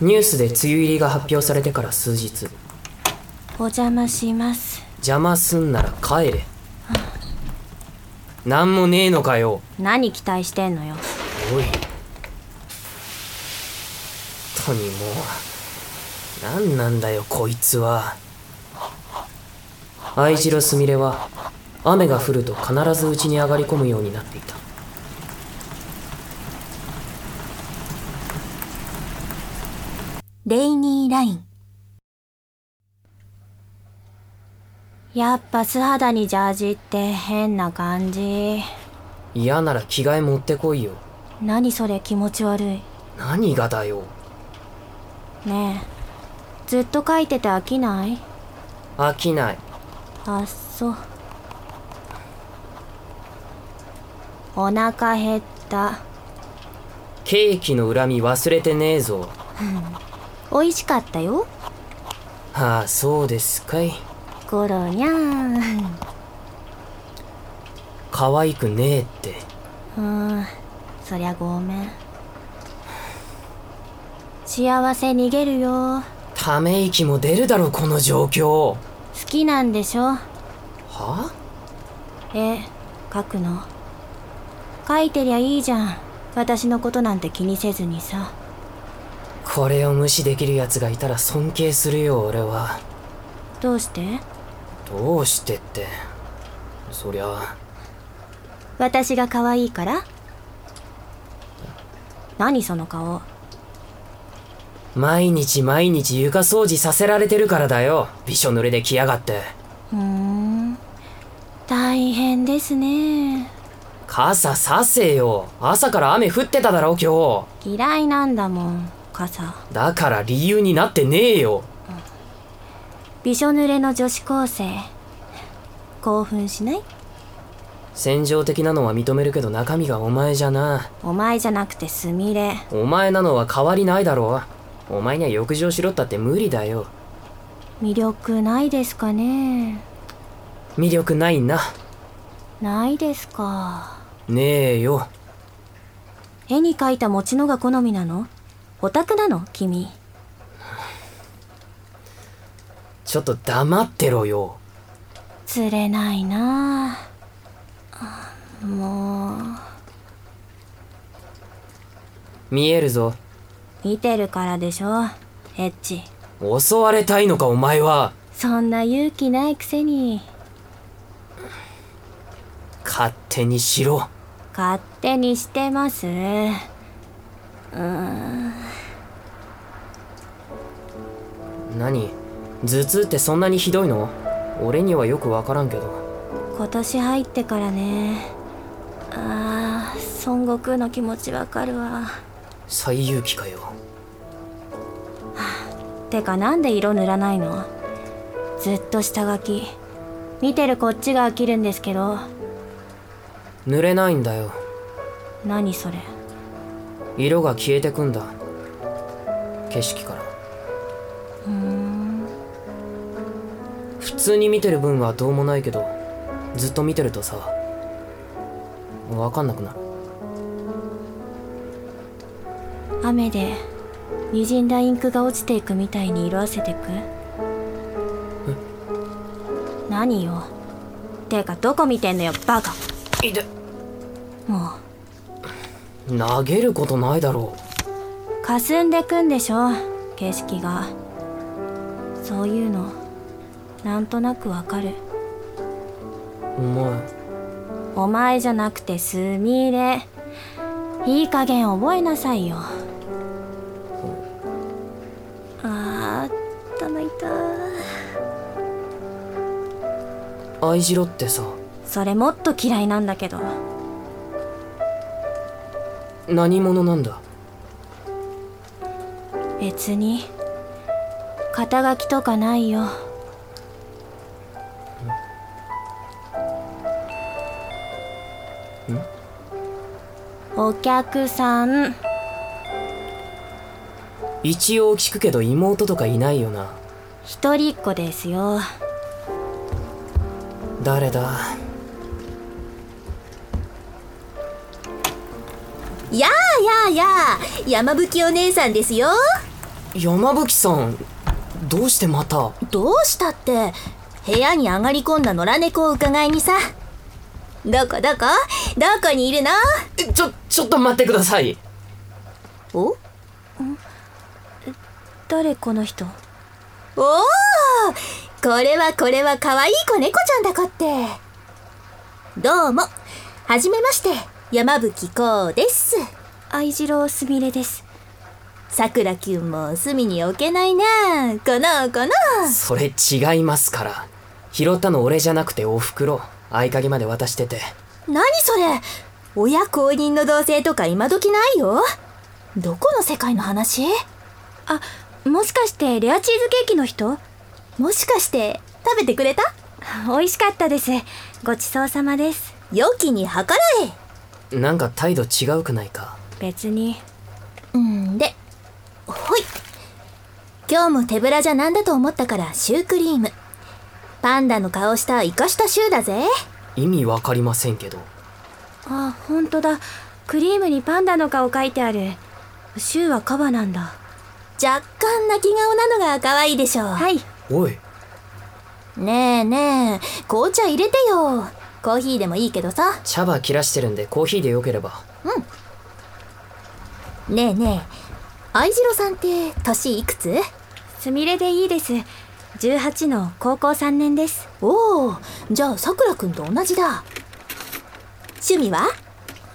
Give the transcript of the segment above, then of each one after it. ニュースで梅雨入りが発表されてから数日お邪魔します邪魔すんなら帰れなんもねえのかよ何期待してんのよおいとにもう何なんだよこいつは愛知郎すみれは雨が降ると必ず家に上がり込むようになっていたレイニーラインやっぱ素肌にジャージって変な感じ嫌なら着替え持ってこいよ何それ気持ち悪い何がだよねえずっと書いてて飽きない飽きないあっそうお腹減ったケーキの恨み忘れてねえぞ美味しかったよああそうですかいゴロニャーン可愛くねえってうんそりゃごめん幸せ逃げるよため息も出るだろこの状況好きなんでしょはえ書くの書いてりゃいいじゃん私のことなんて気にせずにさこれを無視できる奴がいたら尊敬するよ俺はどうしてどうしてってそりゃ私が可愛いから何その顔毎日毎日床掃除させられてるからだよびしょ濡れで来やがってうーん大変ですね傘させよ朝から雨降ってただろ今嫌いなんだもん傘日だから理由になってねえよびしょ濡れの女子高生興奮しない戦場的なのは認めるけど中身がお前じゃなお前じゃなくてすみれお前なのは変わりないだろお前には浴場しろったって無理だよ魅力ないですかね魅力ないなないですかねえよ絵に描いた餅のが好みなのオタクなの君ちょっと黙ってろよ釣れないなああもう見えるぞ見てるからでしょエッチ襲われたいのかお前はそんな勇気ないくせに勝手にしろ勝手にしてますうーん何頭痛ってそんなにひどいの俺にはよくわからんけど今年入ってからねああ孫悟空の気持ちわかるわ最勇気かよてかなんで色塗らないのずっと下書き見てるこっちが飽きるんですけど濡れないんだよ何それ色が消えてくんだ景色からうーん普通に見てる分はどうもないけどずっと見てるとさわかんなくなる雨で滲んだインクが落ちていくみたいに色あせてく何よてかどこ見てんのよバカいても投げることないだろう霞んでくんでしょ景色がそういうのなんとなくわかるうお前お前じゃなくてすみれいい加減覚えなさいよあー頭痛い愛しろってさそれもっと嫌いなんだけど何者なんだ別に肩書きとかないよお客さん一応聞くけど妹とかいないよな一人っ子ですよ誰だやあやあやあ山吹お姉さんですよ山吹さんどうしてまたどうしたって部屋に上がり込んだ野良猫を伺いにさどこどこどこにいるのえちょちょっと待ってくださいお誰この人おおこれはこれは可愛い子猫ちゃんだこってどうもはじめまして山吹こうです愛次郎すみれですさくらきゅんも隅に置けないなこのこのそれ違いますから拾ったの俺じゃなくておふくろ合鍵まで渡してて何それ親公認の同棲とか今時ないよどこの世界の話あもしかしてレアチーズケーキの人もしかして食べてくれた美味しかったですごちそうさまです良きに計らえなんか態度違うくないか別にうんでほい今日も手ぶらじゃなんだと思ったからシュークリームパンダの顔した生かしたシューだぜ意味わかりませんけどあ本当だクリームにパンダの顔書いてあるシューはカバなんだ若干泣き顔なのが可愛いでしょうはいおいねえねえ紅茶入れてよコーヒーでもいいけどさ茶葉切らしてるんでコーヒーでよければねえねえ愛次郎さんって年いくつすみれでいいです18の高校3年ですおおじゃあさくらくんと同じだ趣味は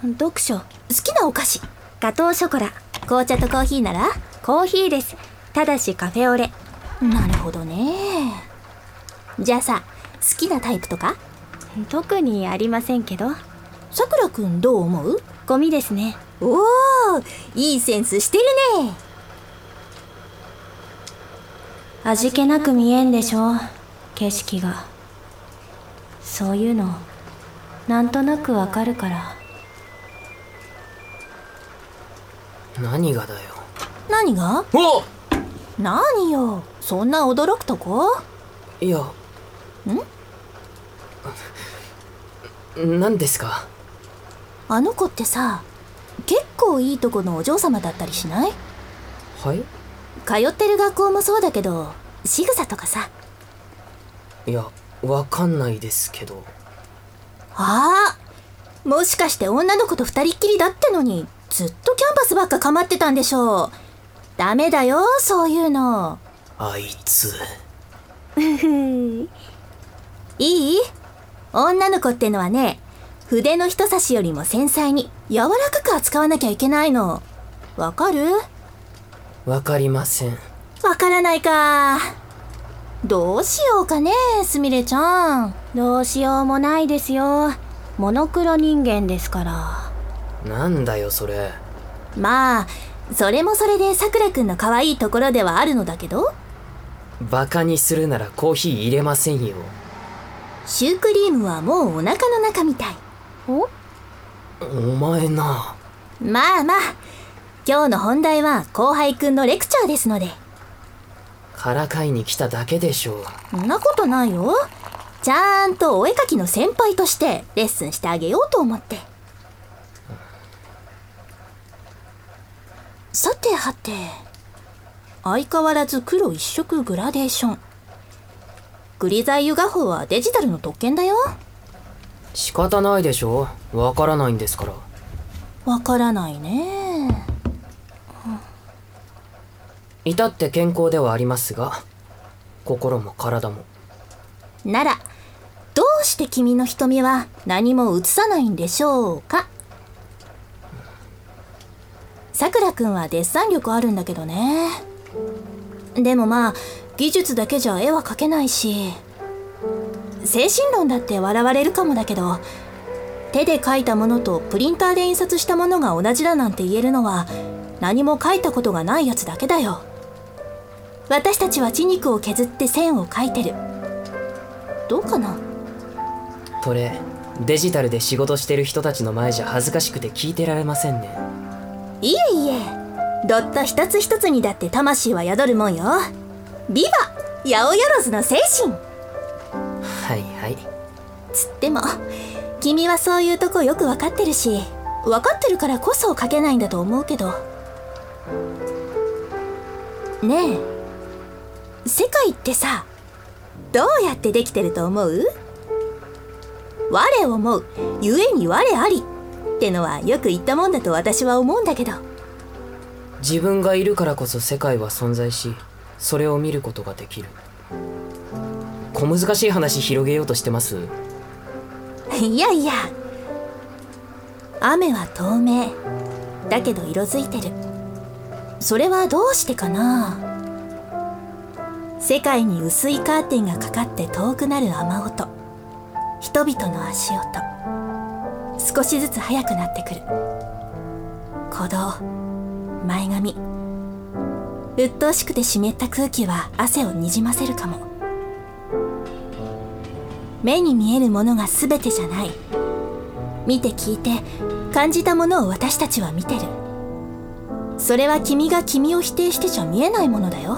読書好きなお菓子ガトーショコラ紅茶とコーヒーならコーヒーですただしカフェオレなるほどねじゃあさ好きなタイプとか特にありませんけどさくらくんどう思うゴミですねおおいいセンスしてるね味気なく見えんでしょ景色がそういうのなんとなくわかるから何がだよ何がお何よそんな驚くとこいやん 何ですかあの子ってさ結構いいとこのお嬢様だったりしないはい通ってる学校もそうだけど仕草とかさいやわかんないですけどああもしかして女の子と二人っきりだってのにずっとキャンパスばっか構ってたんでしょうダメだよそういうのあいついい女の子ってのはね筆の人差しよりも繊細に柔らかく扱わなきゃいけないのわかるわかりませんわからないかどうしようかねすみれちゃんどうしようもないですよモノクロ人間ですからなんだよそれまあそれもそれでさくらくんの可愛いところではあるのだけどバカにするならコーヒー入れませんよシュークリームはもうお腹の中みたいおお前なまあまあ今日の本題は後輩くんのレクチャーですのでからかいに来ただけでしょそんなことないよちゃんとお絵かきの先輩としてレッスンしてあげようと思ってさてはて相変わらず黒一色グラデーショングリザイユ画法はデジタルの特権だよ仕方ないでしょわからないんですからわからないね至って健康ではありますが心も体もならどうして君の瞳は何も映さないんでしょうかさくらくんはデッサン力あるんだけどねでもまあ技術だけじゃ絵は描けないし精神論だって笑われるかもだけど手で描いたものとプリンターで印刷したものが同じだなんて言えるのは何も描いたことがないやつだけだよ私たちは血肉を削って線を描いてるどうかなこれデジタルで仕事してる人たちの前じゃ恥ずかしくて聞いてられませんねいえいえドット一つ一つにだって魂は宿るもんよビバ八百万の精神はいはいつっても君はそういうとこよく分かってるし分かってるからこそ書けないんだと思うけどねえ世界ってさどうやってできてると思う我思う故に我ありってのはよく言ったもんだと私は思うんだけど自分がいるからこそ世界は存在しそれを見ることができる小難しい話広げようとしてますいやいや雨は透明だけど色づいてるそれはどうしてかな世界に薄いカーテンがかかって遠くなる雨音人々の足音少しずつ速くなってくる鼓動前髪鬱陶しくて湿った空気は汗をにじませるかも目に見えるものが全てじゃない見て聞いて感じたものを私たちは見てるそれは君が君を否定してちゃ見えないものだよ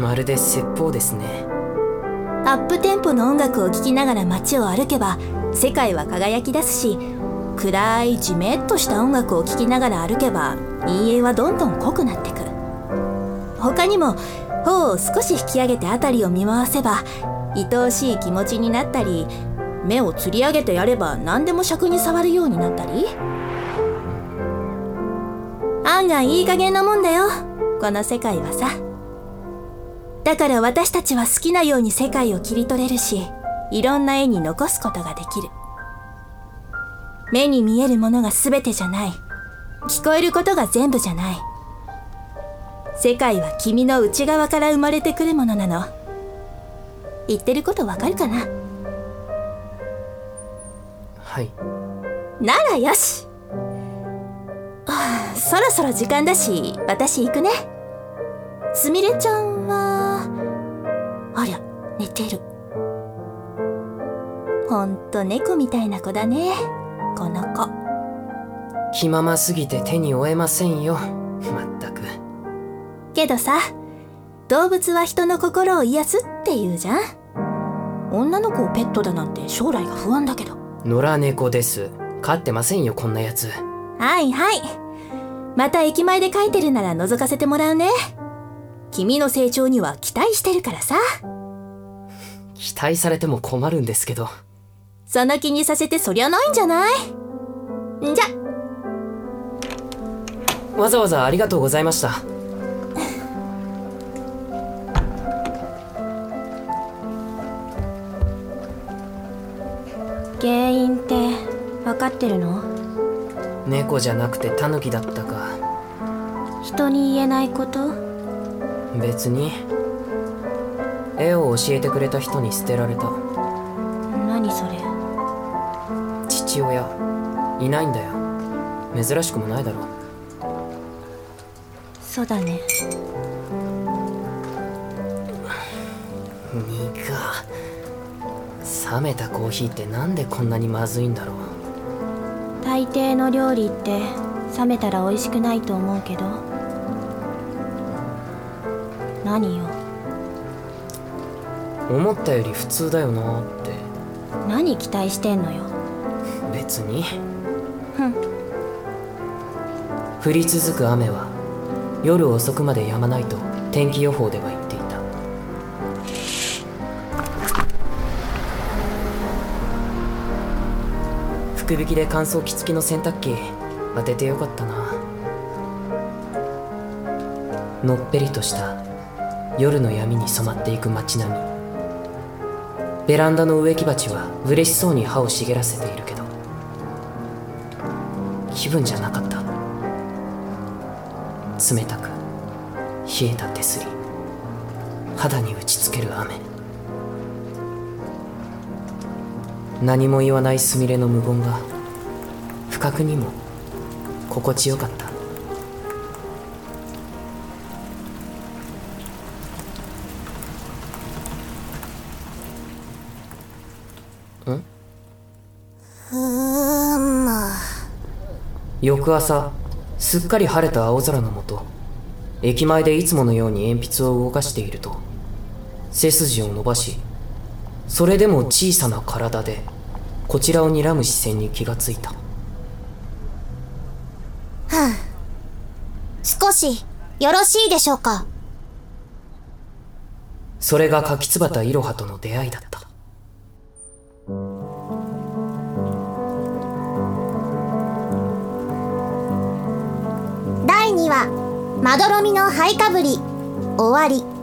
まるで説法ですねアップテンポの音楽を聴きながら街を歩けば世界は輝き出すし暗いじめっとした音楽を聴きながら歩けば陰影はどんどん濃くなってく他にも頬を少し引き上げて辺りを見回せば愛おしい気持ちになったり目をつり上げてやれば何でも尺に触るようになったり案外いい加減なもんだよこの世界はさ。だから私たちは好きなように世界を切り取れるし、いろんな絵に残すことができる。目に見えるものが全てじゃない。聞こえることが全部じゃない。世界は君の内側から生まれてくるものなの。言ってることわかるかなはいならよしはあそろそろ時間だし、私行くね。すみれちゃんは、ありゃ、寝てる。ほんと猫みたいな子だね。この子。気まますぎて手に負えませんよまったくけどさ、動物は人の心を癒すって言うじゃん。女の子をペットだなんて将来が不安だけど。野良猫です飼ってませんよこんなやつはいはい。また駅前で書いてるなら覗かせてもらうね。君の成長には期待してるからさ。期待されても困るんですけどその気にさせてそりゃないんじゃないんじゃ、わざわざありがとうございました原因って分かってるの猫じゃなくてタヌキだったか人に言えないこと別に絵を教えてくれた人に捨てられた何それ父親いないんだよ珍しくもないだろそうだね苦冷めたコーヒーってなんでこんなにまずいんだろう大抵の料理って冷めたら美味しくないと思うけど何よ思ったより普通だよなって何期待してんのよ別にふん降り続く雨は夜遅くまで止まないと天気予報では言っていた福引きで乾燥機付きの洗濯機当ててよかったなのっぺりとした夜の闇に染まっていく街並みベランダの植木鉢は嬉しそうに歯を茂らせているけど気分じゃなかった冷たく冷えた手すり肌に打ちつける雨何も言わないすみれの無言が不覚にも心地よかった翌朝すっかり晴れた青空の下駅前でいつものように鉛筆を動かしていると背筋を伸ばしそれでも小さな体でこちらを睨む視線に気がついた少講師、よろしいでしょうかそれが柿椿いろはとの出会いだった第2話、まどろみの灰かぶり、終わり。